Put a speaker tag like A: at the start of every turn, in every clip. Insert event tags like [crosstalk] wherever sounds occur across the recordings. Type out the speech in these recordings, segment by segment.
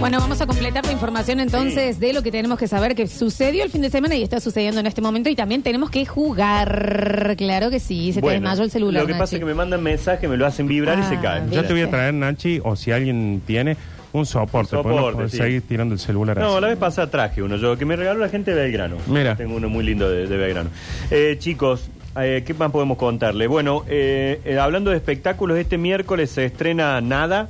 A: Bueno, vamos a completar la información entonces de lo que tenemos que saber que sucedió el fin de semana y está sucediendo en este momento. Y también tenemos que jugar. Claro que sí, se te
B: Bueno,
A: desmayó el celular.
B: Lo que pasa
A: Nachi.
B: es que me mandan mensajes, me lo hacen vibrar
A: Ah,
B: y se cae.
A: bien.
C: Yo te voy a
A: Sí.
C: traer, Nachi, o si alguien tiene, un soporte.
B: Un
C: porque no
B: soporte,
C: podés
B: sí.
C: seguir tirando el celular
B: No,
C: así.
B: la vez pasada traje uno yo, que me regaló la gente de Belgrano.
C: Mira.
B: Tengo uno muy lindo de, de Belgrano. Eh, chicos, eh, ¿qué más podemos contarle? Bueno, eh, eh, hablando de espectáculos, este miércoles se estrena Nada,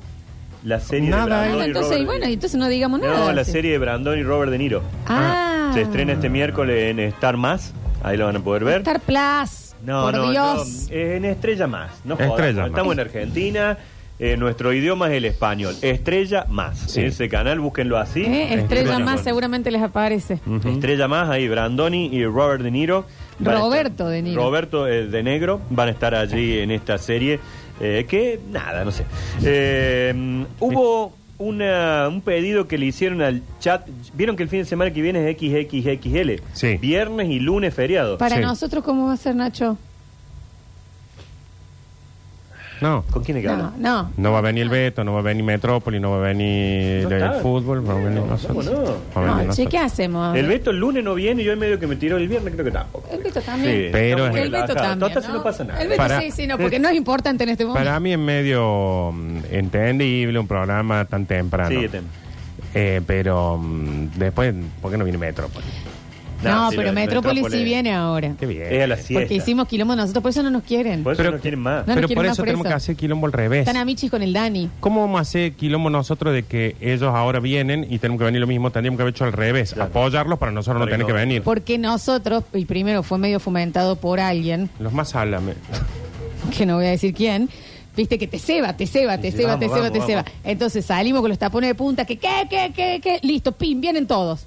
B: la serie
C: Nada,
B: de
C: ¿eh?
B: Brandon
A: Ah,
B: y
A: entonces,
B: Robert
A: y
B: De-
A: bueno, entonces no digamos
B: No,
A: nada.
B: la
A: sí.
B: serie de Brandon y Robert De Niro.
A: Ah.
B: Se estrena este miércoles en Star Más, ahí lo van a poder ver.
A: Star Plus.
B: No,
A: por
B: no,
A: Dios. Eh,
B: no, eh, en Estrella Más. No
C: Estrella
B: jodamos,
C: Más.
B: Estamos en Argentina. eh, nuestro idioma es el español. Estrella Más.
C: Sí.
B: Ese canal, búsquenlo así.
A: Eh, Estrella
B: Bueno,
A: más
B: bueno.
A: seguramente les aparece.
B: Ujú. Estrella Más, ahí Brandoni y Robert De Niro. Van a
A: Roberto
B: estar-
A: De Niro.
B: Roberto eh, De Negro van a estar allí en esta serie. eh, que nada, no sé. Eh, hubo una- un pedido que le hicieron al chat. Vieron que el fin de semana que viene es XXXL.
C: Sí.
B: Viernes y lunes feriado.
A: Para
C: Sí.
A: nosotros, ¿cómo va a ser, Nacho?
C: No.
B: ¿Con quién es que
A: No,
B: habla?
A: no.
C: No va a venir el Beto, no va a venir Metrópoli, no va a venir
B: No
C: el
B: está.
C: fútbol, no va a venir
B: No,
C: nosotros.
B: ¿cómo no?
C: Va a venir
A: No, che,
C: nosotros.
A: ¿qué hacemos?
B: El Beto el lunes no viene y yo en medio que me tiró el viernes, creo que tampoco.
A: El Beto también.
B: Sí,
C: Pero-
B: está muy
A: El Beto
B: relajado.
A: también.
B: Total, si no pasa nada.
A: El Beto
C: Para-
A: sí, sí, no, porque no es importante en este momento.
C: Para mí es medio mm, entendible un programa tan temprano.
B: Sí, tem-
C: Eh, pero mm, después, ¿por qué no viene Metrópoli?
A: No,
B: No, sí,
A: pero
B: lo de
A: Metrópolis
B: Metrópolis.
A: sí viene ahora.
C: Qué bien.
B: Es a las 7.
A: Porque hicimos quilombo nosotros, por eso no nos quieren.
B: Por eso
C: Pero-
B: no quieren más.
A: No nos
C: pero
A: quieren
C: por
A: más
C: eso
A: por
C: tenemos
A: eso.
C: que hacer quilombo al revés.
A: Están amichis con el Dani.
C: ¿Cómo vamos a hacer quilombo nosotros de que ellos ahora vienen y tenemos que venir lo mismo? Tendríamos que haber hecho al revés,
B: Claro.
C: apoyarlos para nosotros no
B: Para
C: tener
B: que
C: que
B: no-
C: venir.
A: Porque nosotros, y primero fue medio fomentado por alguien,
C: Los más háblame.
A: que no voy a decir quién, viste que te ceba, te ceba, te
B: Sí,
A: ceba,
B: vamos,
A: te ceba,
B: vamos,
A: te
B: vamos.
A: ceba. Entonces salimos con los tapones de punta, que qué, qué, qué, qué, listo, pim, vienen todos.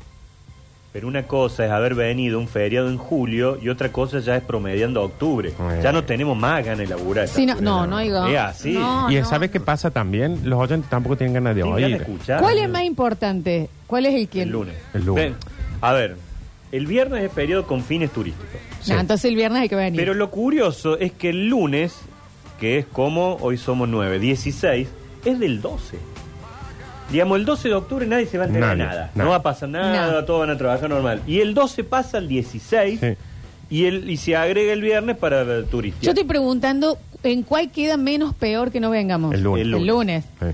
B: Pero una cosa es haber venido un feriado en julio y otra cosa ya es promediando octubre.
C: Eh.
B: Ya no tenemos más ganas de laburar. esta
A: Sí, no,
B: altura,
A: no, no digo.
B: Es así.
A: No,
C: y
A: no.
C: ¿sabes qué pasa también? Los oyentes tampoco tienen ganas de
B: Tienen ganas de
C: oír.
B: escuchar.
A: ¿Cuál es más importante? ¿Cuál es el que
B: El lunes.
C: El lunes.
B: Ven, a ver, el viernes es feriado con fines turísticos.
A: No,
C: Sí.
A: entonces el viernes hay que venir.
B: Pero lo curioso es que el lunes, que es como hoy somos 9, 16, es del 12. Digamos, el 12 de octubre nadie se va a enterar de
C: Nadie,
B: nada.
C: nadie.
B: No va a pasar nada,
A: No.
B: todos van a trabajar normal. Y el 12 pasa al 16
C: Sí.
B: y, el, y se agrega el viernes para el turista.
A: Yo estoy preguntando en cuál queda menos peor que no vengamos.
C: El lunes.
A: El
B: El
A: lunes.
B: lunes.
C: Sí.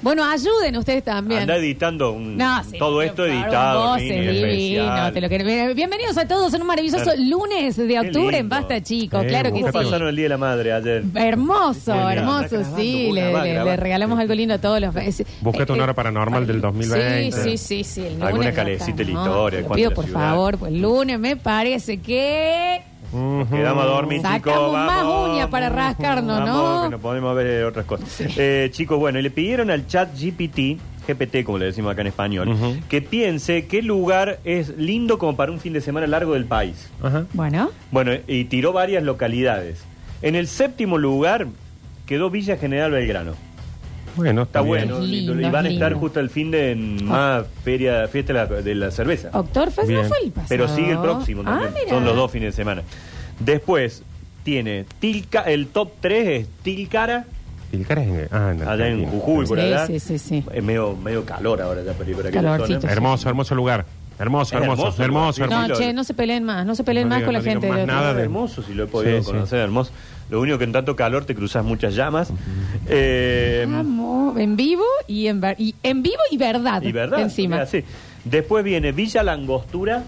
A: Bueno, ayuden ustedes también.
B: Anda editando un-
A: No, sí,
B: Mm, todo
A: pero
B: esto
A: claro,
B: editado.
A: voces,
B: Rini,
A: divino,
B: especial.
A: te lo quiero- Bien- Bienvenidos a todos en un maravilloso
B: Claro.
A: lunes de
B: Qué
A: octubre en
B: lindo.
A: Basta, chicos.
C: Eh,
A: claro que
B: ¿Cómo
A: sí.
B: pasaron el Día de la Madre ayer?
A: Hermoso,
B: Genial. Está
A: hermoso,
B: grabando,
A: sí.
B: vos
A: Le,
B: grabá,
A: le-
B: grabá.
A: le regalamos algo lindo a todos los. es-
C: Búscate una hora paranormal del 2020.
A: Sí, sí, sí. sí el lunes
B: Alguna
A: ya
B: calecita
A: está,
B: y la
A: ¿no?
B: historia,
A: Te lo
B: cuánto
A: pido,
B: la
A: por
B: ciudad.
A: favor, pues, el lunes me parece que.
C: Ujú.
B: Quedamos a dormir, chicos.
A: Sacamos más
B: vamos.
A: uña para rascarnos,
B: Vamos,
A: ¿no?
B: que podemos ver eh, otras cosas. Eh, chicos, bueno, y le pidieron al chat GPT, GPT como le decimos acá en español,
C: Ujú.
B: que piense qué lugar es lindo como para un fin de semana largo del país.
C: Ajá.
A: Bueno,
B: Bueno, y tiró varias localidades. En el séptimo lugar quedó Villa General Belgrano.
C: Bueno,
B: Está
C: bien.
B: bueno,
A: Es lindo,
B: y van a
A: es
B: estar
A: lindo.
B: justo el fin de en más feria, fiesta de la, de la cerveza.
A: Oktoberfest no
C: Bien.
A: fue el pasado.
B: Pero sigue el próximo
A: Ah,
B: también.
A: mira.
B: Son los dos fines de semana. Después tiene Tilca, el top 3 es Tilcara,
C: Tilcara es en- ah, en
B: allá en
C: Argentina.
B: Jujuy, por
A: Sí,
B: allá.
A: sí, sí, sí.
B: Es medio, medio calor ahora ya por ahí, por aquella
A: Calorcito,
B: zona.
C: Hermoso, hermoso lugar. Hermoso,
B: Es
C: hermoso,
B: hermoso
C: hermoso,
B: el lugar.
C: hermoso.
A: No,
B: Hermoso.
A: che, no se peleen más, no se peleen
C: No
A: más
C: digan-
A: con la
C: no digan
A: gente.
C: más
A: de-
C: nada de-
B: Hermoso, si lo he podido
C: Sí, sí.
B: conocer, hermoso. Lo único que en tanto calor te cruzas muchas llamas. Eh,
A: Amo, en vivo y en, ver- y en vivo y verdad.
B: y verdad,
A: Encima.
B: mira, sí. Después viene Villa Langostura,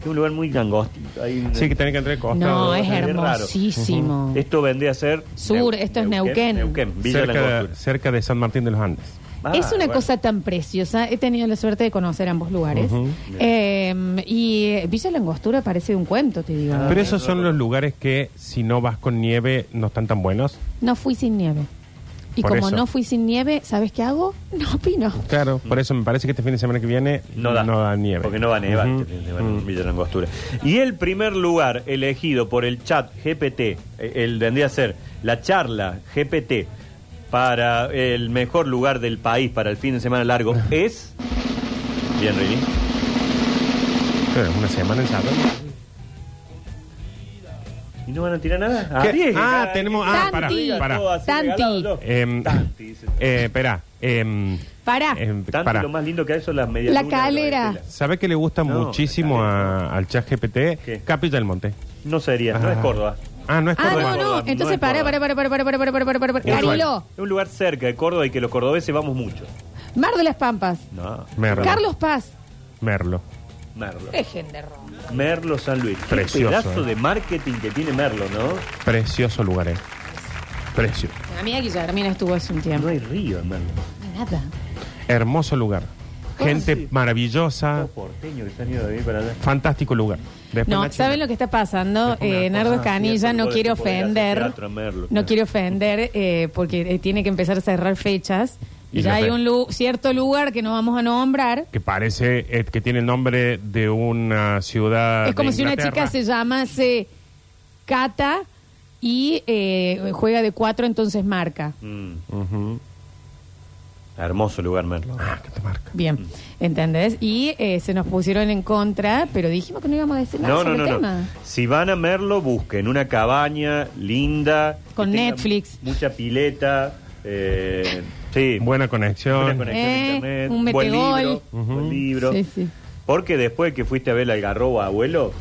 B: que es un lugar muy langostito. hay un-
C: Sí, que tenés que entrar en costado.
A: No, es
B: es raro.
A: hermosísimo.
B: Esto vendría a ser...
A: Sur, esto es Neuquén.
B: Villa
C: cerca,
B: Langostura.
C: cerca de San Martín de los Andes.
B: Ah,
A: Es una
B: bueno.
A: cosa tan preciosa. He tenido la suerte de conocer ambos lugares.
C: Ujú.
A: Eh, y eh, Villa Langostura parece de un cuento, te
B: Ah,
A: digo.
C: Pero esos son los lugares que, si no vas con nieve, no están tan buenos.
A: No fui sin nieve. Y
C: Por
A: como
C: eso.
A: no fui sin nieve, ¿sabes qué hago? [laughs] No opino.
C: Claro, por eso me parece que este fin de semana que viene
B: No da.
C: nieve.
B: Porque no va a nevar.
C: Ujú.
B: este fin de semana en Villa Langostura. Y el primer lugar elegido por el chat GPT, eh, el vendría a ser la charla GPT para el mejor lugar del país para el fin de semana largo es. Bien, Rini.
C: Claro, una semana en sábado.
B: ¿Y no van a tirar nada?
C: ¿Qué?
B: Arriesguen,
C: Ah,
B: ah,
C: tenemos-
B: que-
A: ah, pará,
B: Diga
C: pará.
B: todo así
A: Tanti.
B: regalado yo.
C: Em,
B: Tanti, dice.
C: [laughs] Eh, espera, Em,
A: Pará.
C: em,
B: Tanto
C: pará.
B: y lo más lindo que hay son las medias
A: La
B: lunas,
A: calera.
B: las velas.
C: ¿Sabe qué le gusta
B: No,
C: muchísimo a- al chat GPT?
B: ¿Qué?
C: Capilla del Monte.
B: No sería, no es
C: Ah.
B: Córdoba.
C: Ah, no es
A: Ah, no,
C: Córdoba.
B: es
A: no.
B: Córdoba, no
A: Entonces,
B: es
A: para, para,
B: Córdoba.
A: para, para, para, para, para, para, para, para.
C: Ushuaia.
A: Carilo,
B: Es un lugar cerca de Córdoba y que los cordobeses vamos mucho.
A: Mar de las Pampas.
B: No.
C: Merlo.
A: Carlos Paz.
C: Merlo.
B: Merlo.
A: Dejen de romper.
B: Merlo San Luis. Qué
C: Precioso,
B: pedazo
C: eh.
B: de marketing que tiene Merlo, ¿no?
C: Precioso lugar, eh. Precioso.
A: La amiga Guillermina estuvo hace un
B: No
A: tiempo.
B: hay río en Merlo.
A: Nada.
C: Hermoso lugar.
A: Ah,
C: Gente maravillosa.
B: Los porteños que se han ido de ahí para allá.
C: Fantástico lugar. Después
A: No,
C: Nacho-
A: ¿saben lo que está pasando?
C: Después una
A: Eh, Nardo
C: cosa,
B: sí,
A: Canilla
B: el
A: no
B: fútbol
A: quiere
B: se puede hacer
A: ofender.
B: teatro en Merlo,
A: No
B: claro.
A: quiere ofender eh, porque eh, tiene que empezar a cerrar fechas.
C: Y
A: Y ya
C: la
A: hay
C: fe-
A: un lu- cierto lugar que no vamos a nombrar.
C: Que parece eh, que tiene el nombre de una ciudad.
B: Ah,
A: Es como
C: de
A: si una
C: Inglaterra.
A: chica se llamase Cata y eh, juega de cuatro, entonces marca.
B: Mm.
C: Ujú.
B: Hermoso lugar, Merlo.
C: Ah, que te marca.
A: Bien, ¿entendés? Y eh, se nos pusieron en contra, pero dijimos que no íbamos a decir nada
B: No, no,
A: sobre
B: no,
A: el
B: no.
A: tema.
B: Si van a Merlo, busquen una cabaña linda.
A: Con
B: que tenga
A: Netflix.
B: Mucha pileta. eh, sí.
C: Buena
B: Buena
C: conexión.
B: conexión a
A: Eh,
B: internet,
A: un
B: buen
A: metegol.
B: libro, buen libro.
A: Sí, sí.
B: Porque después que fuiste a ver la algarroba, abuelo,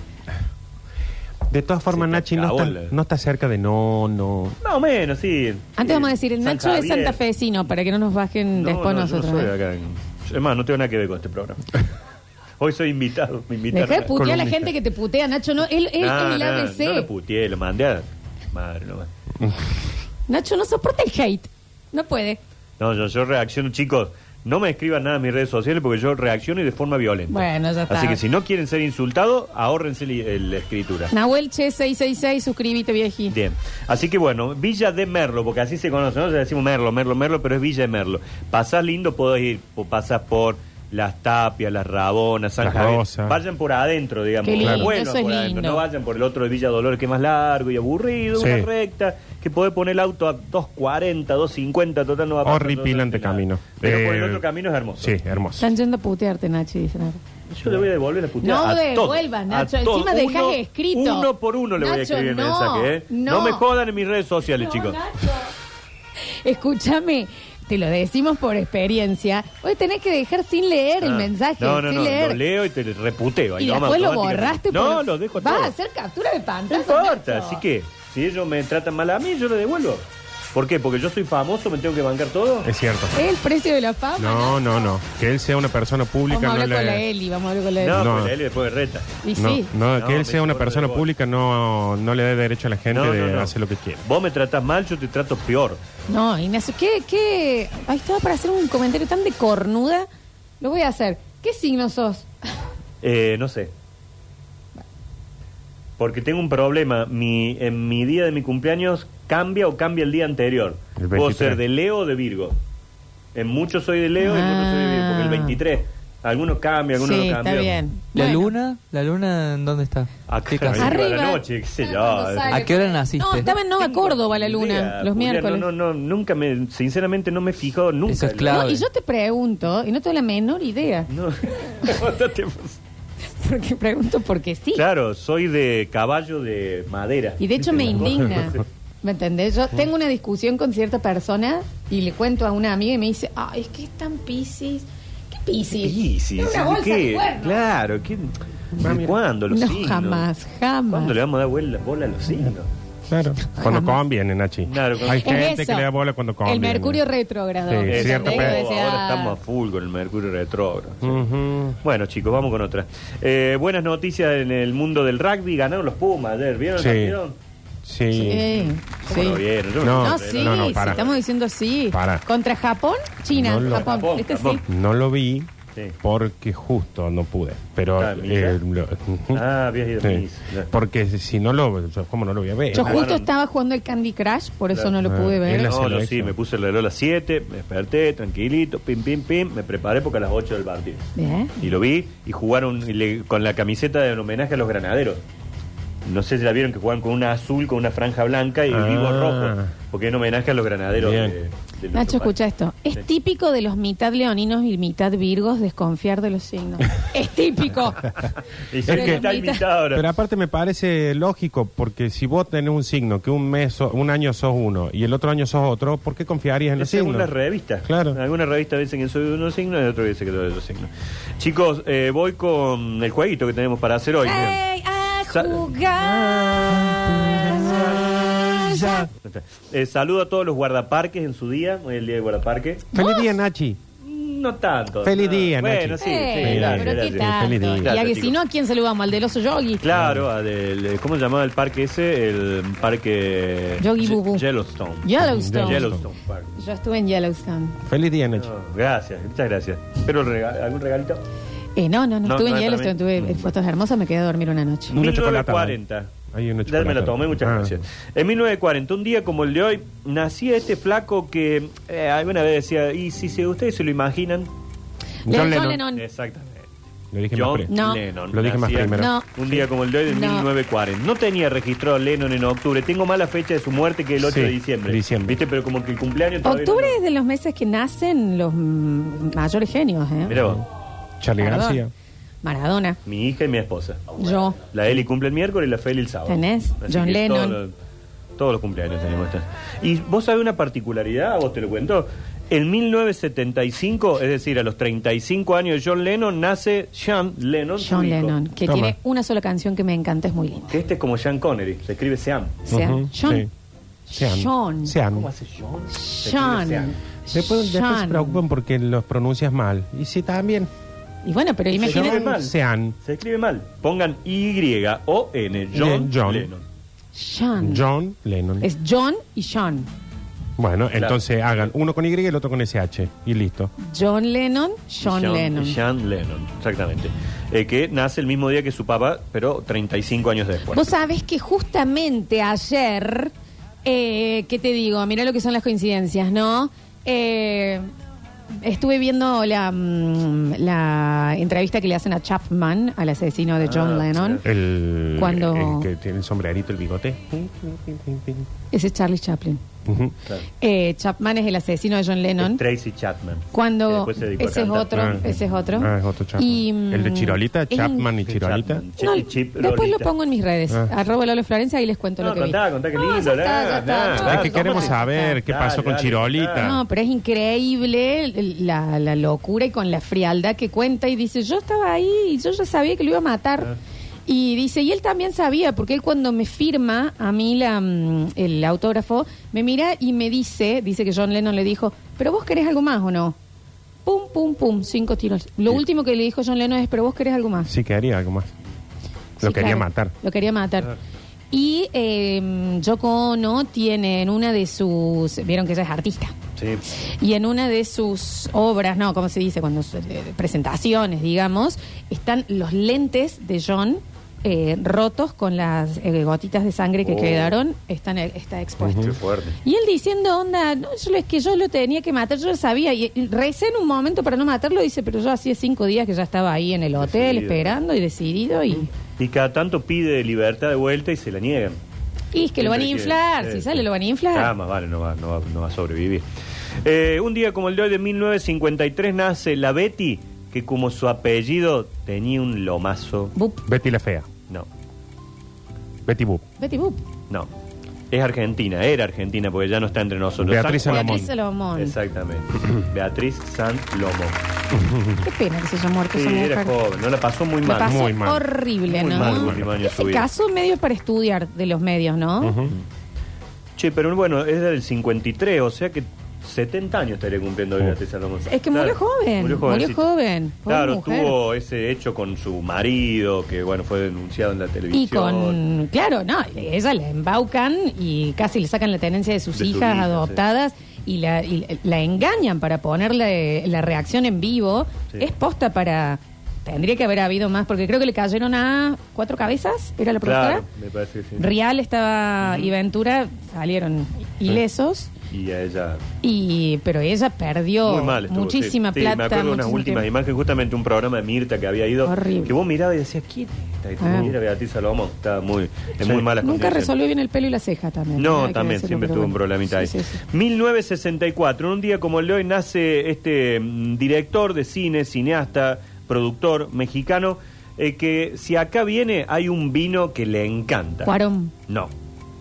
C: De todas formas,
B: Se te
C: Nachi no
B: acabó
C: está,
B: la-
C: no está cerca de no, no.
B: más o menos, sí.
A: Antes
B: Sí,
A: vamos a decir, el
B: San
A: Nacho es
B: Javier.
A: santafesino, para que no nos bajen
B: No,
A: después
B: no, yo no
A: nosotros.
B: soy
A: ¿eh?
B: acá. Es más, no tengo nada que ver con
A: [laughs]
B: este programa. Hoy soy invitado, me invitaron.
A: Dejá de putear a la
C: Columnista.
A: gente que te putea, Nacho. No, él, él-
B: No,
A: él el
B: no,
A: ABC.
B: no lo puteé, lo mandé a... Madre, no,
A: Nacho no soporta el hate. No puede.
B: no yo, yo reacciono, chicos. No me escriban nada en mis redes sociales porque yo reacciono y de forma violenta.
A: Bueno, ya está.
B: Así que si no quieren ser insultados, ahórrense li- el- la escritura.
A: Nahuel Che 666, suscríbete, viejito.
B: Bien. Así que bueno, Villa de Merlo, porque así se conoce, ¿no? Ya decimos Merlo, Merlo, Merlo, pero es Villa de Merlo. Pasás lindo, podés ir, po- pasás por las tapias, las rabonas, San
C: Las
B: Javier.
C: Rosas.
B: Vayan por adentro, digamos.
A: Qué lindo,
B: Bueno,
A: eso
B: por
A: es
B: adentro.
A: lindo.
B: No vayan por el otro de Villa Dolores, que es más largo y aburrido,
C: Sí.
B: una recta, que podés poner el auto a 240, 250, total no va a pasar
C: Horripilante
B: absolutamente nada.
C: camino.
B: Pero
C: Eh,
B: por el otro camino es hermoso.
C: Sí, hermoso.
A: Están yendo a putearte, Nacho, dice Nacho.
B: Yo le voy a devolver la puteada.
A: No
B: a
A: devuelvas,
B: todo,
A: Nacho.
B: a todo.
A: Encima dejás
B: Uno-
A: escrito.
B: Uno por uno le voy a
A: Nacho,
B: escribir el
A: no,
B: mensaje, ¿eh?
A: no.
B: me jodan en mis redes sociales,
A: No,
B: chicos.
A: Nacho. Escúchame, te lo decimos por experiencia. Hoy tenés que dejar sin leer el
B: Ah.
A: mensaje,
B: No, no,
A: sin
B: no,
A: leer.
B: lo leo y te reputeo. ahí
A: y
B: nomás,
A: después lo borraste.
B: automáticamente. No,
A: por-
B: lo dejo
A: Vas
B: todo.
A: a hacer captura de pantalla.
B: No importa,
A: Nacho.
B: así que si ellos me tratan mal a mí, yo lo devuelvo. ¿Por qué? ¿Porque yo soy famoso, me tengo que bancar todo?
C: Es cierto.
A: Es el precio de la fama.
C: No, no, no. Que él sea una persona pública
A: Vamos a
C: no
A: hablar
C: le.
A: con la Eli, vamos a hablar con la Eli.
B: No,
C: No.
B: pues él después me reta.
A: Y
C: no,
A: sí.
C: no,
B: No,
C: que
B: me
C: él sea una
B: corre
C: persona
B: de vos.
C: pública no, no le dé derecho a la gente
B: No,
C: de
B: no, no.
C: hacer lo que quiera.
B: Vos me tratás mal, yo te trato peor.
A: No, Ignacio, ¿qué, qué? Ahí estaba para hacer un comentario tan de cornuda. Lo voy a hacer. ¿Qué signo sos?
B: Eh, no sé. Porque tengo un problema. Mi, en mi día de mi cumpleaños cambia o cambia el día anterior.
C: El
B: Puedo
C: 23.
B: ser de Leo o de Virgo. En muchos soy de Leo y en otros soy de Virgo. Porque el
A: Ah.
B: 23. Algunos cambian, algunos
A: sí,
B: no
A: está
B: cambian.
A: bien.
D: ¿La
A: Bueno.
D: luna? ¿La luna en dónde está?
B: Acá,
D: ¿Qué casa?
B: arriba.
A: Arriba.
B: de la noche, qué sé yo.
A: Cuando sale.
D: ¿A qué hora naciste?
A: No, estaba en Nova
B: Tengo
A: Córdoba la
B: idea,
A: luna, los
B: Julia,
A: miércoles.
B: No, no, no, nunca me, sinceramente no me he fijado nunca.
D: Eso es
B: en-
D: clave.
A: No, y yo te pregunto, y no tengo la menor idea, [laughs]
B: No, [laughs] no te-
A: porque pregunto porque sí.
B: claro, soy de caballo de madera.
A: Y de hecho me
B: ¿Viste? [laughs]
A: indigna. ¿Me entendés? Yo tengo una discusión con cierta persona y le cuento a una amiga y me dice, ay, es que es tan piscis. ¿Qué piscis?
B: Sí, sí,
A: Es
B: sí,
A: una bolsa
B: ¿qué?
A: de cuernos.
B: Claro, ¿quién?
C: Ah,
B: ¿cuándo? Los
A: No,
B: signos?
A: jamás, jamás.
B: ¿Cuándo le vamos a dar vuela- bola a los signos?
C: Claro. Cuando
A: Jamás.
C: conviene, Nachi.
B: Claro, cuando-
C: Hay
B: Es
C: gente
A: eso.
C: que le da bola cuando conviene.
A: El mercurio retrógrado.
C: Sí,
A: ¿entendés?
C: cierto,
A: Que
C: pero- Mm.
A: decía,
B: Eh, Ahora estamos a full con el mercurio retrógrado.
C: Ujú.
B: Bueno, chicos, vamos con otra. Eh, buenas noticias en el mundo del rugby. Ganaron los Pumas ayer. ¿Vieron el
C: Sí.
B: partido?
C: Sí.
A: Sí,
B: ¿Cómo
A: sí.
B: lo vieron? Yo
C: No,
A: No,
B: lo
A: sí,
B: vi.
C: no, no,
A: sí,
C: para.
A: estamos diciendo sí.
C: Para.
A: Contra Japón, China,
C: No lo-
A: Japón.
B: Japón,
A: Este sí.
B: Japón.
C: No lo vi
B: Sí.
C: porque justo no pude. Pero. eh,
B: Ah, mira.
C: lo-
B: Ah, habías ido a
C: Sí.
B: misa. Claro.
C: Porque si no lo. yo ¿Cómo no lo voy a ver?
A: Yo
B: Claro.
A: justo estaba jugando el Candy Crush, por eso no lo
C: Claro.
A: pude
C: Ah, Es
A: ver.
C: la
B: No, yo sí,
C: selección.
B: me puse el reloj a las 7, me desperté tranquilito, pim, pim, pim, me preparé porque a las 8 del partido.
A: Bien.
B: Y lo vi y jugaron y le- con la camiseta de homenaje a los granaderos. No sé si la vieron que juegan con una azul, con una franja blanca y el
C: Ah.
B: vivo rojo. Porque en homenaje a los granaderos
C: Bien.
B: de, de
A: Nacho,
B: nuestro país.
A: escucha esto. Es
B: Sí.
A: típico de los mitad leoninos y mitad virgos desconfiar de los
C: [laughs]
A: signos. es típico.
B: Y
C: Es que-
B: que está invitado ahora.
C: Pero aparte me parece lógico, porque si vos tenés un signo que un mes, so- un año sos uno y el otro año sos otro, ¿por qué confiarías en
B: Es
C: los
B: según
C: signos?
B: las revistas.
C: Claro.
B: Algunas revistas dicen que soy de unos signos y otros dicen que soy de otro signo. Chicos, eh, voy con el jueguito que tenemos para hacer hoy. Ah.
A: ¡Ey, a
B: Sa-
A: jugar! Ya.
B: Eh, saludo a todos los guardaparques en su día, hoy es el día del guardaparque.
C: Feliz día, Nachi.
B: No tanto.
C: Feliz
B: no.
C: día,
B: Bueno,
C: Nachi.
B: sí, sí,
A: Ey,
B: gracias,
A: pero qué
B: gracias.
A: tanto.
C: Feliz día.
A: Y a
B: Gracias,
A: que
B: chicos.
A: si no, ¿a quién saludamos? ¿Al del oso yogi?
B: Claro, a del- eh, ¿cómo se llamaba el parque ese? El parque
A: Yogi
B: Ye-
A: Bubu.
B: Yellowstone.
A: Yellowstone.
B: Yellowstone Park.
A: Yo estuve en Yellowstone.
C: Feliz día, Nachi.
B: No, gracias, muchas gracias. Pero rega- algún regalito.
A: Eh, no, no, no,
B: No,
A: estuve
B: no,
A: en Yellowstone,
B: también.
A: tuve eh, fotos hermosas, me quedé a dormir una noche.
C: Una chocolata,
B: 1940.
C: ¿no? Hay una
B: Ya me la
C: chocolata.
B: tomé, muchas
C: Ah.
B: gracias. En 1940, un día como el de hoy, nacía este flaco que eh, alguna vez decía, y si se, ustedes se lo imaginan.
A: John
C: John
A: Lennon.
C: Lennon.
B: Exactamente.
C: Lo dije más
B: John
C: pre-
A: No.
B: Lennon.
C: Lo dije más
B: Nacía
C: primero.
A: No.
B: Un día como el de hoy de
A: No.
B: 1940. No tenía registrado Lennon en octubre. Tengo más la fecha de su muerte que el 8
C: Sí,
B: de diciembre.
C: diciembre.
B: ¿Viste? Pero como que el cumpleaños todavía no-
A: Octubre es de los meses que nacen los mm, mayores genios, ¿eh?
B: Mirá vos,
C: Charlie
A: Perdón.
C: García. Ah,
A: Maradona.
B: mi hija y mi esposa.
A: Yo.
B: La Eli cumple el miércoles y la Feli el sábado.
A: Tenés, John
B: que
A: Lennon.
B: Todos los, todos los cumpleaños tenemos. esta. Y vos sabés una particularidad, ¿A vos te lo cuento. En 1975, es decir, a los 35 años de John Lennon, nace Sean Lennon. su
A: John
B: hijo.
A: Lennon, que
C: Toma.
A: tiene una sola canción que me encanta, es muy linda.
B: Que este es como Sean Connery, se escribe Sean.
A: O sea,
C: Ujú,
A: John.
C: sí. Sean.
A: John.
C: Sean.
B: ¿Cómo hace John? Se escribe
A: Sean.
B: Sean.
C: Después, después se
A: Sean.
C: preocupan porque los pronuncias mal. Y si también.
A: Y bueno, pero
B: escribe
A: imagínate.
B: mal.
C: Sean.
B: Se escribe mal. Pongan Y-O-N, John,
C: Bien, John.
B: Lennon.
A: Sean.
C: John Lennon.
A: Es John y Sean.
C: Bueno,
B: Claro.
C: entonces hagan uno con Y y el otro con SH. Y listo.
A: John Lennon, Sean Lennon.
B: Sean Lennon, exactamente. Eh, que nace el mismo día que su papá, pero 35 años después.
A: Vos sabés que justamente ayer, eh, ¿qué te digo? Mirá lo que son las coincidencias, ¿no? Eh, estuve viendo la, mm, la entrevista que le hacen a Chapman, al asesino de John
B: Ah,
A: Lennon.
C: El,
A: Cuando-
C: el que tiene el sombrerito, el bigote.
A: Ese es Charlie Chaplin.
C: Ujú.
B: Claro.
A: Eh, Chapman es el asesino de John Lennon.
B: Es Tracy Chapman. Que
A: Cuando
B: después se dedicó a
A: ese es
B: cantar.
A: otro,
C: Ah.
A: ese es otro.
C: Ah, es otro Chapman.
A: Y, mm,
C: el de Chirolita,
A: es in-
C: Chapman y Chirolita.
B: Chapman.
A: No,
B: Chip, chip,
A: después lo
B: Lolita.
A: pongo en mis redes.
C: Ah.
A: Arroba Lolo Florencia y les cuento
B: No,
A: lo que
B: contá,
A: vi.
B: contá, qué
A: No,
B: lindo,
A: ya está,
B: nada,
A: ya está,
B: nada,
A: no,
B: nada.
A: ya
C: es que
A: está.
C: Ah, queremos saber qué
B: Dale,
C: pasó con
B: dale,
C: Chirolita.
B: dale.
A: No, pero es increíble la, la locura y con la frialdad que cuenta y dice, yo estaba ahí y yo ya sabía que lo iba a
C: Ah.
A: matar. Y dice, y él también sabía, porque él cuando me firma a mí la, mm, el autógrafo, me mira y me dice, dice que John Lennon le dijo, pero vos querés algo más o no? Pum, pum, pum, cinco tiros. Lo último que le dijo John Lennon es, pero vos querés algo más.
C: Sí, que haría algo más.
A: Sí,
C: Lo quería
A: claro,
C: matar. Ah.
A: Lo quería matar. Y eh, Yoko Ono tiene en una de sus... Vieron que ella es artista.
B: Sí.
A: Y en una de sus obras, no, ¿cómo se dice? Cuando se- eh, presentaciones, digamos, están los lentes de John eh, rotos con las eh, gotitas de sangre que
B: Oh.
A: quedaron, están eh, está expuesto.
B: Qué fuerte.
A: Y él diciendo, onda, no, yo, lo- es que yo lo tenía que matar, yo lo sabía. Y y recé en un momento para no matarlo, dice, pero yo hacía cinco días que ya estaba ahí en el hotel
B: Decidido.
A: esperando y decidido y...
B: Y cada tanto pide libertad de vuelta y se la niegan.
A: Y es que lo van a
B: Siempre
A: inflar,
B: quiere,
A: si
B: sí.
A: sale lo van a inflar.
B: Ah, eh, más vale, no va, no va, no va a sobrevivir. Eh, un día como el de hoy de 1953 nace la Betty, que como su apellido tenía un lomazo.
A: Bup,
C: Betty la fea.
B: No,
C: Betty Boop.
A: Betty Bup.
B: no. Es argentina, era argentina porque ya no está entre nosotros.
C: Beatriz
B: San Juan-
A: Beatriz Salomón.
B: Exactamente. Beatriz San Lomo.
A: Qué pena que se haya muerto
B: Sí,
A: esa mujer.
B: era joven, no la pasó muy
A: Me
B: mal.
A: pasó
C: muy mal.
A: horrible,
B: Muy
A: ¿no?
B: mal el último año de su
A: Ese
B: vida.
A: caso medio para estudiar de los medios, ¿no?
B: Che, pero bueno, es del 53, o sea que 70 años estaría cumpliendo hoy Beatriz Salomón.
A: Es que murió joven, murió
B: jovencita.
A: joven, pobre
B: Claro,
A: mujer.
B: tuvo ese hecho con su marido, que bueno, fue denunciado en la televisión.
A: Y con, claro, no, ella la embaucan y casi le sacan la tenencia de sus
B: De sus
A: hijas
B: hijas,
A: adoptadas y, la, y la engañan para ponerle la reacción en vivo.
B: Sí.
A: Es posta para, Tendría que haber habido más, porque creo que le cayeron a cuatro cabezas, era la productora.
B: Claro, me parece que sí.
A: Real estaba y Ventura salieron ilesos.
B: Y a ella.
A: Y, pero ella perdió
B: Muy mal estuvo,
A: muchísima
B: sí. Sí,
A: plata.
B: me acuerdo de unas
A: muchísimo
B: últimas
A: tiempo.
B: imágenes, justamente un programa de Mirta que había ido.
A: Horrible.
B: Que vos mirabas y decías, ¿quién es esta?
A: Ah.
B: Y era Beatriz Salomón. Estaba muy, en
C: Sí.
B: muy malas
A: Nunca
B: condiciones.
A: resolvió bien el pelo y la ceja también. Hay
B: No,
A: que
B: también,
A: decirlo,
B: siempre
A: pero
B: tuvo un
A: bueno.
B: problemita ahí.
A: Sí, sí, sí.
B: 1964, en un día como el de hoy, nace este mm, director de cine, cineasta, productor mexicano, eh, que si acá viene hay un vino que le encanta.
A: Cuarón,
B: No,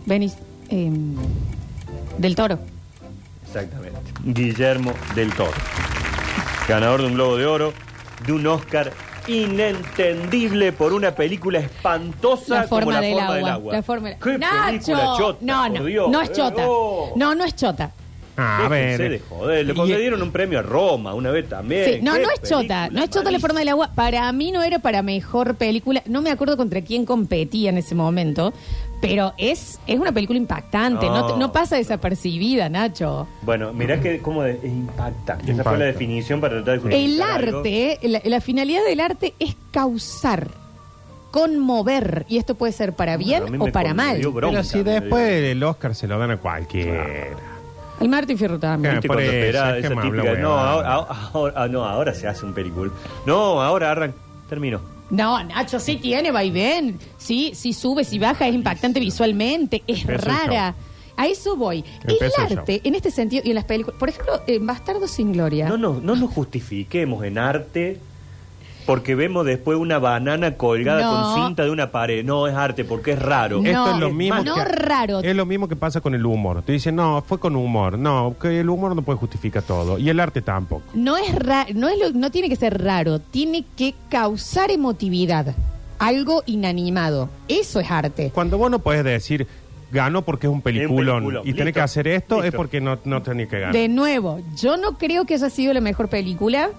A: Venice, eh, del Toro.
B: exactamente. Guillermo del Toro. Ganador de un Globo de Oro, de un Oscar inentendible por una película espantosa
A: La forma,
B: como La
A: del,
B: forma
A: agua.
B: del agua.
A: La forma del-
B: ¡Qué película
A: ¡Nacho!
B: chota,
A: no,
B: por
A: no,
B: Dios!
A: no es chota.
B: ¡Oh!
A: No, no es chota.
C: Ah, A
B: Déjense
C: ver.
B: de joder. Le concedieron un premio a Roma una vez también.
A: Sí, no,
B: Eh, Qué
A: no es chota.
B: película,
A: No es chota la
B: malísima.
A: forma del agua. Para mí no era para mejor película. No me acuerdo contra quién competía en ese momento. Pero es, es una película impactante. No,
B: No.
A: te- no pasa desapercibida, Nacho.
B: Bueno, mirá que cómo de- es impactante. Esa fue
C: Impacta.
B: la definición para tratar de
A: El
B: justificar algo.
A: arte, la, la finalidad del arte es causar, conmover. Y esto puede ser para
B: Bueno,
A: bien
B: a mí
A: o
B: me
A: para mal.
B: conmovió bronca,
C: Pero si
B: me dio.
C: después el Oscar se lo gana cualquiera.
A: El Martín Fierro también.
C: Claro.
B: ¿Viste
C: Ah, Por
B: cuando
C: eso,
B: esperaba
C: es que
B: esa
C: me
B: típica,
C: habla
B: no,
C: huevada.
B: ahora, ahora- ah, no, ahora se hace un película. No, ahora arranca. Termino.
A: No, Nacho sí tiene vaivén. Sí, sí sube, sí baja, es impactante visualmente, es
C: Empezó el
A: rara. A eso voy.
C: Empezó el
A: el arte, en este sentido, y en las películas. Por ejemplo, en Bastardo sin Gloria.
B: No, no, no nos justifiquemos en arte porque vemos después una banana colgada
A: No.
B: con cinta de una pared. No, es arte porque es raro.
A: No,
C: Esto es lo mismo
A: no
C: que,
A: raro.
C: Es lo mismo que pasa con el humor. Te dicen, no, fue con humor. No, que el humor no puede justificar todo. Y el arte tampoco.
A: No es ra- no es lo- no tiene que ser raro, tiene que causar emotividad. Algo inanimado. Eso es arte.
C: Cuando vos no podés decir, gano porque es un peliculón.
B: peliculón.
C: Y tenés
B: Listo.
C: que hacer esto es
B: Listo.
C: porque no, no tenés que ganar.
A: De nuevo, yo no creo que haya sido la mejor película,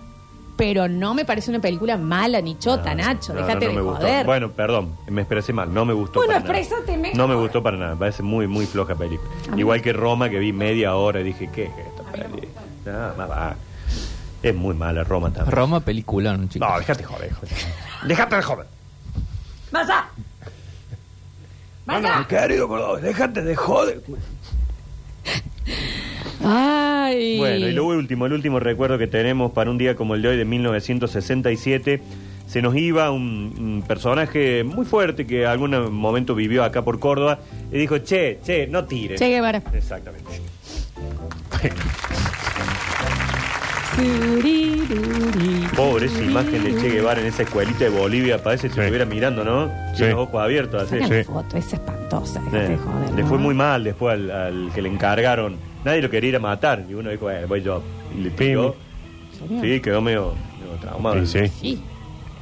A: pero no me parece una película mala ni chota, Nacho.
B: No, no,
A: Déjate
B: no me
A: de
B: gustó.
A: joder.
B: Bueno, perdón, me expresé mal, no me gustó.
A: Bueno,
B: para nada.
A: exprésate mejor.
B: No me gustó para nada, me parece muy, muy floja película. Igual que Roma, que vi media hora y dije, ¿qué es esta peli? Nada más va. Es muy mala Roma también.
D: Roma peliculón, chicos.
B: No, déjate de
A: [laughs]
B: joder, joder. Déjate de joder.
A: ¡Masa! ¡Masa!
B: Querido, perdón, déjate de joder.
A: Ay.
B: Bueno, y lo último, el último recuerdo que tenemos para un día como el de hoy de 1967, se nos iba un, un personaje muy fuerte que algún momento vivió acá por Córdoba y dijo, che, che, no tires.
A: Che Guevara.
B: Exactamente.
A: Suriruri.
B: Pobre esa imagen de Che Guevara en esa escuelita de Bolivia, parece que se
C: Sí.
B: lo hubiera mirando, ¿no?
C: Sí.
B: Tiene los ojos abiertos, así.
A: Sacan la
C: Sí.
A: foto, es espantosa. déjate
B: Eh,
A: de joder,
B: le
A: ¿no?
B: fue muy mal después al, al que le encargaron. Nadie lo quería ir a matar. Y uno dijo, bueno, voy yo. Y le tiró.
A: ¿En serio?
B: Sí, quedó medio, medio traumado.
C: Sí, sí,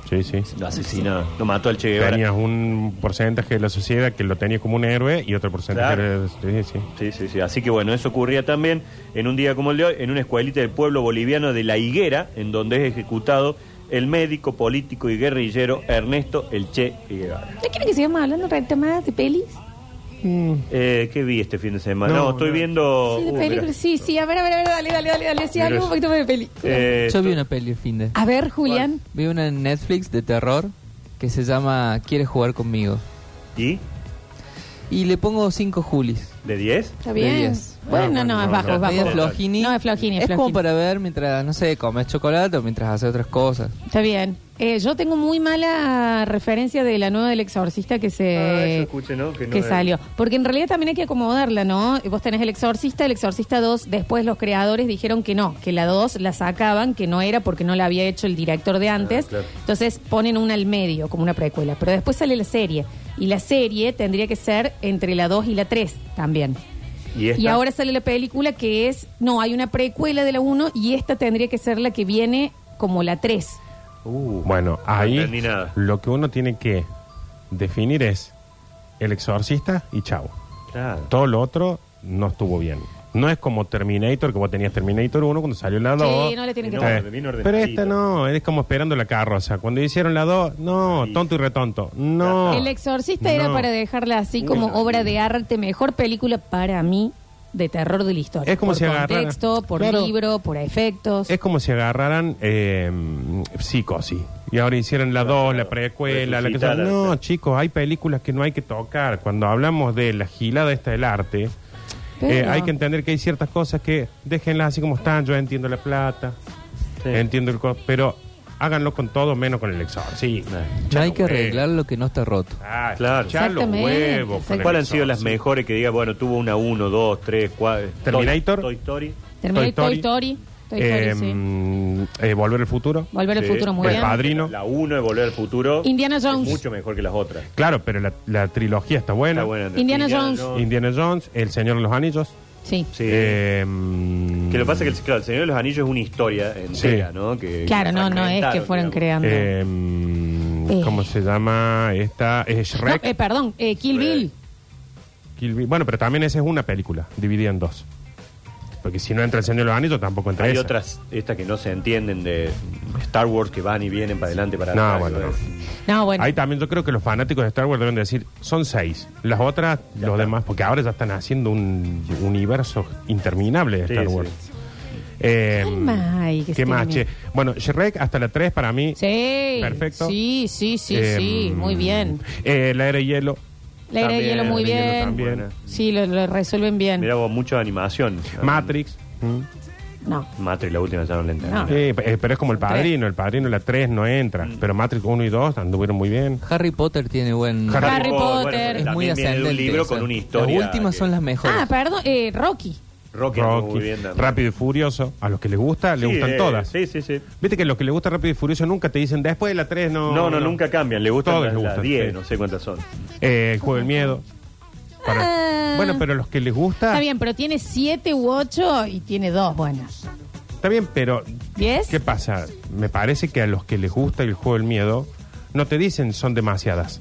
A: Sí.
C: sí, sí.
B: Lo asesinó. Lo mató al Che Guevara.
C: Tenías un porcentaje de la sociedad que lo tenía como un héroe y otro porcentaje
B: Claro.
C: era- sí, sí.
B: Sí, sí, sí. Así que bueno, eso ocurría también en un día como el de hoy, en una escuelita del pueblo boliviano de La Higuera, en donde es ejecutado el médico, político y guerrillero Ernesto El Che Guevara.
A: ¿No quieren que sigamos hablando recta más de pelis?
B: Eh, ¿Qué vi este fin de semana? No,
C: No,
B: estoy
C: no.
B: viendo...
A: sí, de
B: Uh, mira.
A: películas. Sí, sí, a ver, a ver, a ver, dale, dale, dale, dale. Sí,
B: Mira
A: hablemos
B: eso.
A: un poquito más de películas.
B: Eh,
D: Yo vi
B: esto-
D: una peli el fin de.
A: a ver, Julián.
D: Vi una en Netflix de terror que se llama ¿Quieres jugar conmigo?
B: ¿Y?
D: Y le pongo 5 julis.
B: ¿De 10?
A: Está bien.
D: Yes.
A: Bueno,
C: Ah, bueno,
A: no, es
C: no,
A: bajo,
B: no,
A: es bajo.
D: Media flojini.
A: No, es flojini, es
D: Es como
A: flojini.
D: para ver mientras, no sé, comes chocolate o mientras haces otras cosas.
A: Está bien. Eh, yo tengo muy mala referencia de la nueva del exorcista que se
B: Ah, eso escuché, ¿no? Que no es.
A: salió. Porque en realidad también hay que acomodarla, ¿no? Vos tenés el exorcista, el exorcista 2, después los creadores dijeron que no, que la 2 la sacaban, que no era porque no la había hecho el director de antes.
B: Ah, claro.
A: Entonces ponen una al medio como una precuela. Pero después sale la serie. Y la serie tendría que ser entre la 2 y la 3 también.
B: ¿Y, esta?
A: Y ahora sale la película que es, no, hay una precuela de la 1 y esta tendría que ser la que viene como la 3.
B: Uh,
C: Bueno, ahí
B: No entendí nada.
C: lo que uno tiene que definir es el exorcista y chavo.
B: Claro.
C: Todo lo otro no estuvo bien. No es como Terminator, que vos tenías Terminator 1 cuando salió la 2.
A: Sí, no le tienen que
B: No,
A: poner.
C: Eh,
B: bien ordenadito.
C: pero esta no, es como esperando la carroza. Cuando hicieron la 2, no,
B: Sí.
C: tonto y retonto. No.
A: El exorcista era
C: Ah. No.
A: para dejarla así como
B: Bueno.
A: obra de arte, mejor película para mí de terror de la historia.
C: Es como
A: por
C: si agarrara-
A: contexto, por
C: Claro.
A: libro, por efectos.
C: Es como si agarraran eh, psicosis. Y ahora hicieron la
B: Claro,
C: 2, la
B: claro.
C: precuela, la que
B: Resucitar,
C: sea. No,
B: claro.
C: chicos, hay películas que no hay que tocar. Cuando hablamos de la gilada esta del arte,
A: Pero-
C: eh, hay que entender que hay ciertas cosas que déjenlas así como están. Yo entiendo la plata,
B: Sí.
C: entiendo el costo, pero háganlo con todo menos con el exor. Sí,
D: No hay que arreglar lo que no está roto.
B: Claro.
C: claro. Echar los
A: Exactamente,
C: huevos. con el
B: ¿Cuáles han sido las
C: exorcista.
B: mejores que diga, bueno, tuvo una 1, 2, 3, 4?
C: Terminator.
B: Toy Story.
A: Terminé Toy
C: Toy
A: Story. Toy Story, sí.
C: Em, eh, Volver al futuro.
A: Volver al
B: Sí. Pues, ah,
A: futuro, muy
C: El
A: bien.
C: padre. Padrino.
B: La 1 de Volver al Futuro.
A: Indiana Jones.
B: Es mucho mejor que las otras.
C: Claro, pero la, la trilogía está buena.
B: Está buena.
A: Indiana Jones.
C: Indiana Jones, El Señor de los Anillos.
A: Sí.
B: Sí.
C: Eh, Em,
B: que lo que pasa es que el, claro, el Señor de los Anillos es una historia entera, ¿no? Que
A: Claro, no, no es que
B: sacramentaron,
A: fueron
B: digamos.
A: creando.
C: Eh, em,
A: Eh.
C: ¿Cómo se llama? Esta es
A: No,
C: Shrek.
A: eh, perdón, eh, Kill
B: Shrek.
A: Bill.
C: Kill Bill. Bueno, pero también esa es una película, dividida en dos. Porque si no entra El Señor de los Anillos, tampoco entra
B: Hay
C: esa.
B: otras, estas que no se entienden de Star Wars que van y vienen para adelante, para
C: No,
B: atrás.
C: bueno, no.
A: No, bueno.
C: Ahí también yo creo que los fanáticos de Star Wars deben decir, son seis. Las otras, los
B: está.
C: demás, porque ahora ya están haciendo un universo interminable de
B: Sí,
C: Star
B: sí.
C: Wars. Em,
A: ¿Qué más hay que
C: ¿Qué
A: se
C: más,
A: termine?
C: che? Bueno, Shrek hasta la 3 para mí.
A: Sí.
C: Perfecto.
A: Sí, sí, sí,
C: Em,
A: sí. Muy bien.
C: eh, la era de hielo.
A: La era de
B: también,
A: hielo muy
B: la era de hielo
A: bien.
B: también.
A: Sí, lo, lo resuelven bien.
B: Mirá vos, mucha animación.
C: Matrix. Mm.
A: No.
B: Matrix, la última ya no la entendí.
A: No.
C: Sí, eh, pero es como el padrino. El padrino, la 3 no entra.
B: Mm.
C: Pero Matrix 1 y 2 anduvieron muy bien.
D: Harry Potter tiene buen...
C: Harry
A: Harry Potter.
B: pero
A: Es
B: también
D: muy
B: viene de
D: ascendente.
B: un libro
D: esa.
B: con una historia.
D: Las últimas
B: que-
D: son las mejores.
A: Ah, perdón, eh, Rocky.
B: Rocky,
C: Rocky,
B: muy bien también.
C: Rápido y Furioso. A los que les gusta, les
B: Sí,
C: gustan
B: eh,
C: todas.
B: Sí, sí, sí.
C: Viste que los que les gusta Rápido y Furioso nunca te dicen después de la 3 no.
B: No, no, nunca cambian. Le gustan
C: Todas
B: las,
C: le
B: las
C: gustan,
B: 10,
C: sí.
B: no sé cuántas son.
C: Eh, el juego del miedo. Para-
A: Ah.
C: Bueno, pero los que les gusta.
A: Está bien, pero tiene siete u ocho y tiene dos buenas.
C: Está bien, pero.
A: ¿Diez?
C: ¿Qué pasa? Me parece que a los que les gusta el juego del miedo, no te dicen son demasiadas.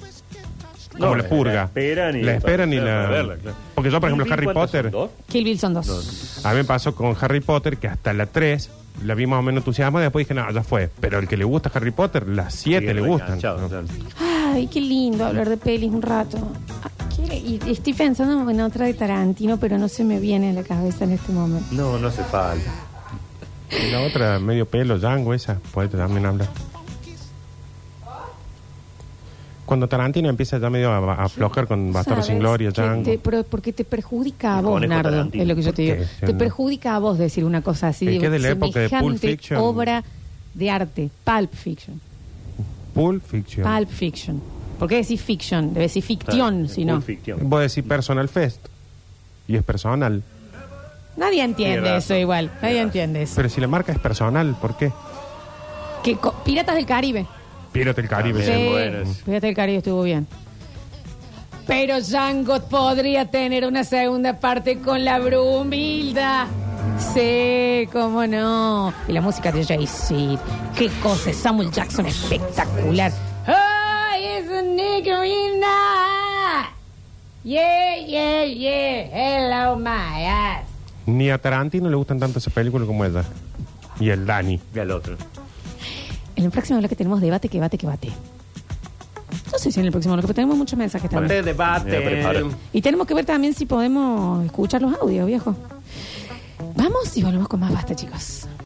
C: Como
B: No,
C: la purga.
B: La esperan y
C: La esperan y la-
B: para verla, claro.
C: Porque yo, por ejemplo,
B: ¿Y
C: Harry
B: cuántas
C: Potter-
B: son? ¿Dos?
A: Kill Bill son dos.
C: A mí me pasó con Harry Potter que hasta la 3 la vi más o menos entusiasmada y después dije, no, ya fue. Pero el que le gusta Harry Potter, las 7
B: Sí,
C: le
B: re
C: gustan.
B: enganchado,
C: ¿no?
B: claro.
A: Ay, qué lindo hablar de pelis un rato. Ah, ¿quiere? Y estoy pensando en otra de Tarantino, pero no se me viene a la cabeza en este momento.
B: No, no hace falta.
C: Y la otra, medio pelo, Django, esa, puede también hablar. Cuando Tarantino empieza ya medio a, a aflojar con Bastardo
A: ¿Sabes
C: sin Gloria,
A: que
C: Django.
A: te- pero porque te perjudica a
B: El
A: vos,
B: conejo
A: Nardo,
B: Tarantino.
A: es lo que yo
C: ¿Por
A: te digo.
C: qué?
A: Te perjudica a vos decir una cosa así.
C: Es
A: digo,
C: que es de la época de Pulp
A: semejante
C: Fiction.
A: obra de arte, Pulp Fiction.
C: Pulp Fiction.
A: Pulp Fiction. ¿Por qué decís fiction? Debe decir ficción,
B: Claro,
A: si no.
B: full ficción.
C: Vos decís Personal Fest. Y es personal.
A: Nadie entiende
B: Tiene
A: eso
B: razón.
A: igual. Nadie
B: Tiene
A: entiende eso.
C: Pero si la marca es personal, ¿por qué?
A: Que co- Piratas del Caribe.
C: Pírate el Caribe.
B: Bien,
A: Sí,
B: bueno, es-
A: Piratas del Caribe estuvo bien. Pero Django podría tener una segunda parte con la Brumilda. Sí, cómo no. Y la música de Jay-Z. Qué cosa, Samuel Jackson espectacular. ¡Oh, es un niggerina! Yeah, yeah, yeah. Hello, my ass.
C: Ni a Tarantino le gustan tanto esas películas como ella. Y el Dani.
B: Ve al otro.
A: En el próximo bloque tenemos debate que bate que bate. No sé si en el próximo bloque, pero tenemos muchos mensajes también.
B: debate.
A: Y tenemos que ver también si podemos escuchar los audios, viejo. Vamos y volvemos con más basta, chicos.